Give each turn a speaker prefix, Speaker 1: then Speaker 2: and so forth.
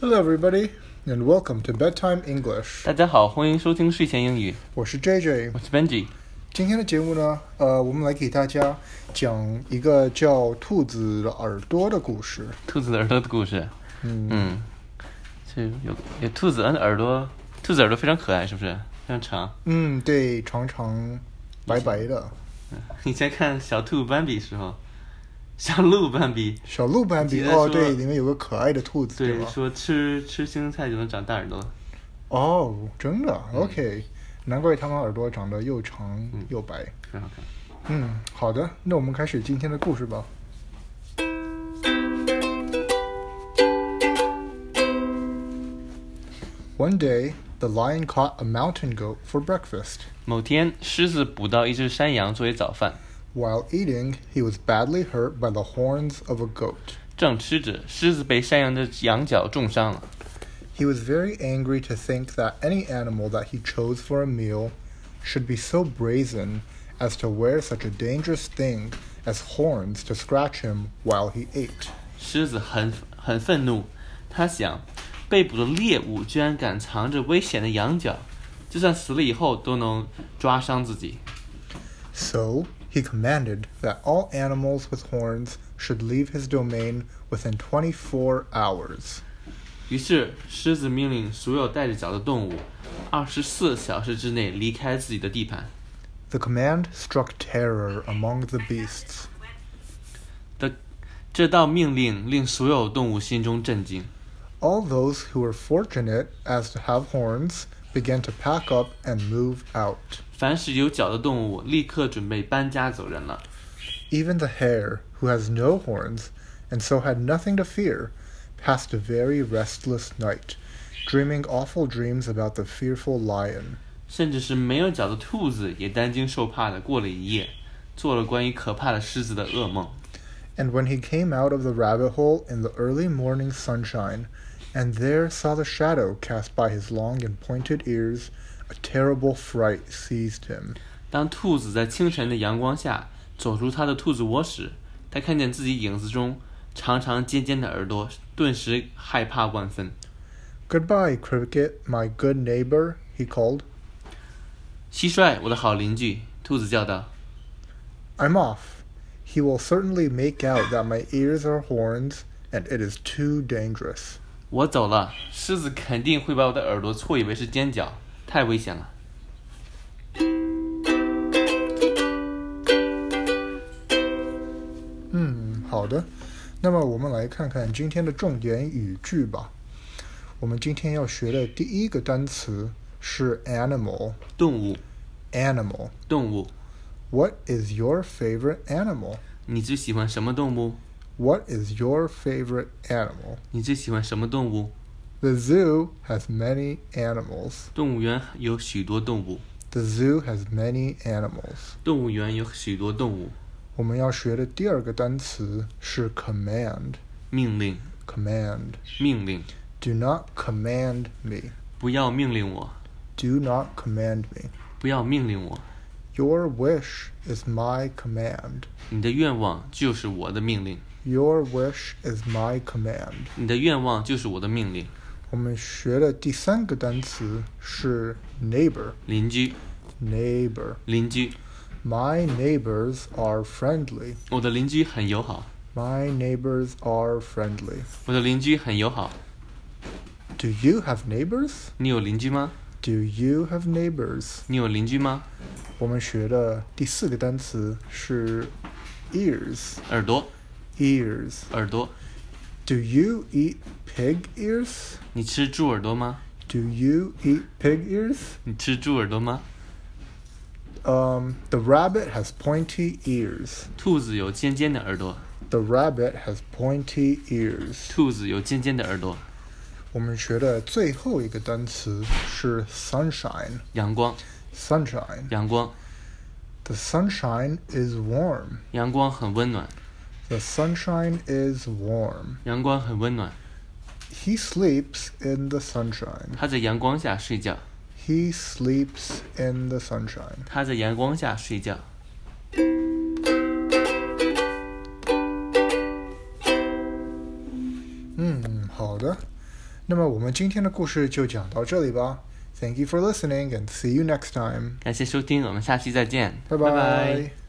Speaker 1: Hello, everybody, and welcome to Bedtime English.
Speaker 2: 大家好，欢迎收听睡前英语，
Speaker 1: 我是 JJ
Speaker 2: 我。是 Benji。
Speaker 1: 今天的节目呢，呃，我们来给大家讲一个叫《兔子的耳朵》的故事。
Speaker 2: 兔子的耳朵的故事，
Speaker 1: 嗯，
Speaker 2: 嗯，这有有兔子的耳朵，兔子耳朵非常可爱，是不是？非常长。
Speaker 1: 嗯，对，长长白白的
Speaker 2: 嗯以前看小兔斑比时候，小鹿斑比，
Speaker 1: 小鹿斑比
Speaker 2: 你记得
Speaker 1: 哦，
Speaker 2: 说
Speaker 1: 对，里面有个可爱的兔子，
Speaker 2: 对，
Speaker 1: 吧？
Speaker 2: 说吃吃青菜就能长大耳朵。
Speaker 1: 哦，真的、o k 难怪它们耳朵长得又长
Speaker 2: 嗯
Speaker 1: 又白。
Speaker 2: 非常好看。
Speaker 1: 嗯，好的，那我们开始今天的故事吧。One day, the lion caught a mountain goat for breakfast.
Speaker 2: 某天，狮子捕到一只山羊作为早饭，
Speaker 1: While eating, he was badly hurt by the horns of a goat.
Speaker 2: 正吃着，狮子被山羊的羊角重伤了。
Speaker 1: He was very angry to think that any animal that he chose for a meal should be so brazen as to wear such a dangerous thing as horns to scratch him while he ate.
Speaker 2: 狮子很很愤怒，他想，被捕的猎物居然敢藏着危险的羊角，就算死了以后都能抓伤自己。
Speaker 1: So he commanded that all animals with horns should leave his domain within 24 hours.
Speaker 2: 于是，狮子命令所有带着角的动物，二十四小时之内离开自己的地盘。
Speaker 1: The command struck terror among the beasts.
Speaker 2: 这道命令令所有动物心中震惊，
Speaker 1: All those who were fortunate as to have horns began to pack up and move out.
Speaker 2: 凡是有角的动物立刻准备搬家走人了。
Speaker 1: Even the hare, who has no horns and so had nothing to fear, passed a very restless night, dreaming awful dreams about the fearful lion.
Speaker 2: 甚至是没有角的兔子也担惊受怕的过了一夜，做了关于可怕的狮子的噩梦。
Speaker 1: And when he came out of the rabbit hole in the early morning sunshine, and there saw the shadow cast by his long and pointed ears, a terrible fright seized him.
Speaker 2: 当兔子在清晨的阳光下走出它的兔子窝时，它看见自己影子中长长尖尖的耳朵，顿时害怕万分。
Speaker 1: Goodbye, Cricket, my good neighbor, he called.
Speaker 2: 蟋蟀，我的好邻居，兔子叫道
Speaker 1: I'm off. He will certainly make out that my ears are horns, and it is too dangerous.：“
Speaker 2: 我走了，狮子肯定会把我的耳朵错以为是尖角，太危险了。”
Speaker 1: 嗯，好的。那么我们来看看今天的重点语句吧。我们今天要学的第一个单词是 animal。
Speaker 2: 动物，
Speaker 1: animal.
Speaker 2: 动物，
Speaker 1: What is your favorite animal?
Speaker 2: 你最喜欢什么动物？
Speaker 1: What is your favorite animal?
Speaker 2: 你最喜欢什么动物？
Speaker 1: The zoo has many animals.
Speaker 2: 动物园有许多动物，
Speaker 1: The zoo has many animals.
Speaker 2: 动物园有许多动物。
Speaker 1: 我们要学的第二个单词是 command.
Speaker 2: 命令，
Speaker 1: Command.
Speaker 2: 命令，
Speaker 1: Do not command me.
Speaker 2: 不要命令我，
Speaker 1: Do not command me.
Speaker 2: 不要命令我。
Speaker 1: Your wish is my command.
Speaker 2: 你的愿望就是我的命令，
Speaker 1: Your wish is my command.
Speaker 2: 你的愿望就是我的命令。
Speaker 1: 我们学的第三个单词是 neighbor.
Speaker 2: 邻居，
Speaker 1: Neighbor.
Speaker 2: 邻居，
Speaker 1: My neighbors are friendly.
Speaker 2: 我的邻居很友好，
Speaker 1: My neighbors are friendly.
Speaker 2: 我的邻居很友好。
Speaker 1: Do you have neighbors?
Speaker 2: 你有邻居吗？
Speaker 1: Do you have neighbors?
Speaker 2: 你有邻居吗？
Speaker 1: 我们学的第四个单词是 ears.
Speaker 2: 耳朵，
Speaker 1: Ears.
Speaker 2: 耳朵，
Speaker 1: Do you eat pig ears?
Speaker 2: 你吃猪耳朵吗？
Speaker 1: Do you eat pig ears?
Speaker 2: 你吃猪耳朵吗？
Speaker 1: Um, the rabbit has pointy ears.
Speaker 2: 兔子有尖尖的耳朵，
Speaker 1: The rabbit has pointy ears.
Speaker 2: 兔子有尖尖的耳朵。
Speaker 1: 我们学的最后一个单词是 sunshine.
Speaker 2: 阳光，
Speaker 1: Sunshine.
Speaker 2: 阳光，
Speaker 1: The sunshine is warm.
Speaker 2: 阳光很温暖，
Speaker 1: The sunshine is warm.
Speaker 2: 阳光很温暖。
Speaker 1: He sleeps in the sunshine.
Speaker 2: 他在阳光下睡觉，
Speaker 1: He sleeps in the sunshine.
Speaker 2: 他在阳光下睡觉。
Speaker 1: Hmm, 嗯，好的。那么我们今天的故事就讲到这里吧。Thank you for listening and see you next time.
Speaker 2: 感谢收听，我们下期再见，
Speaker 1: 拜
Speaker 2: 拜拜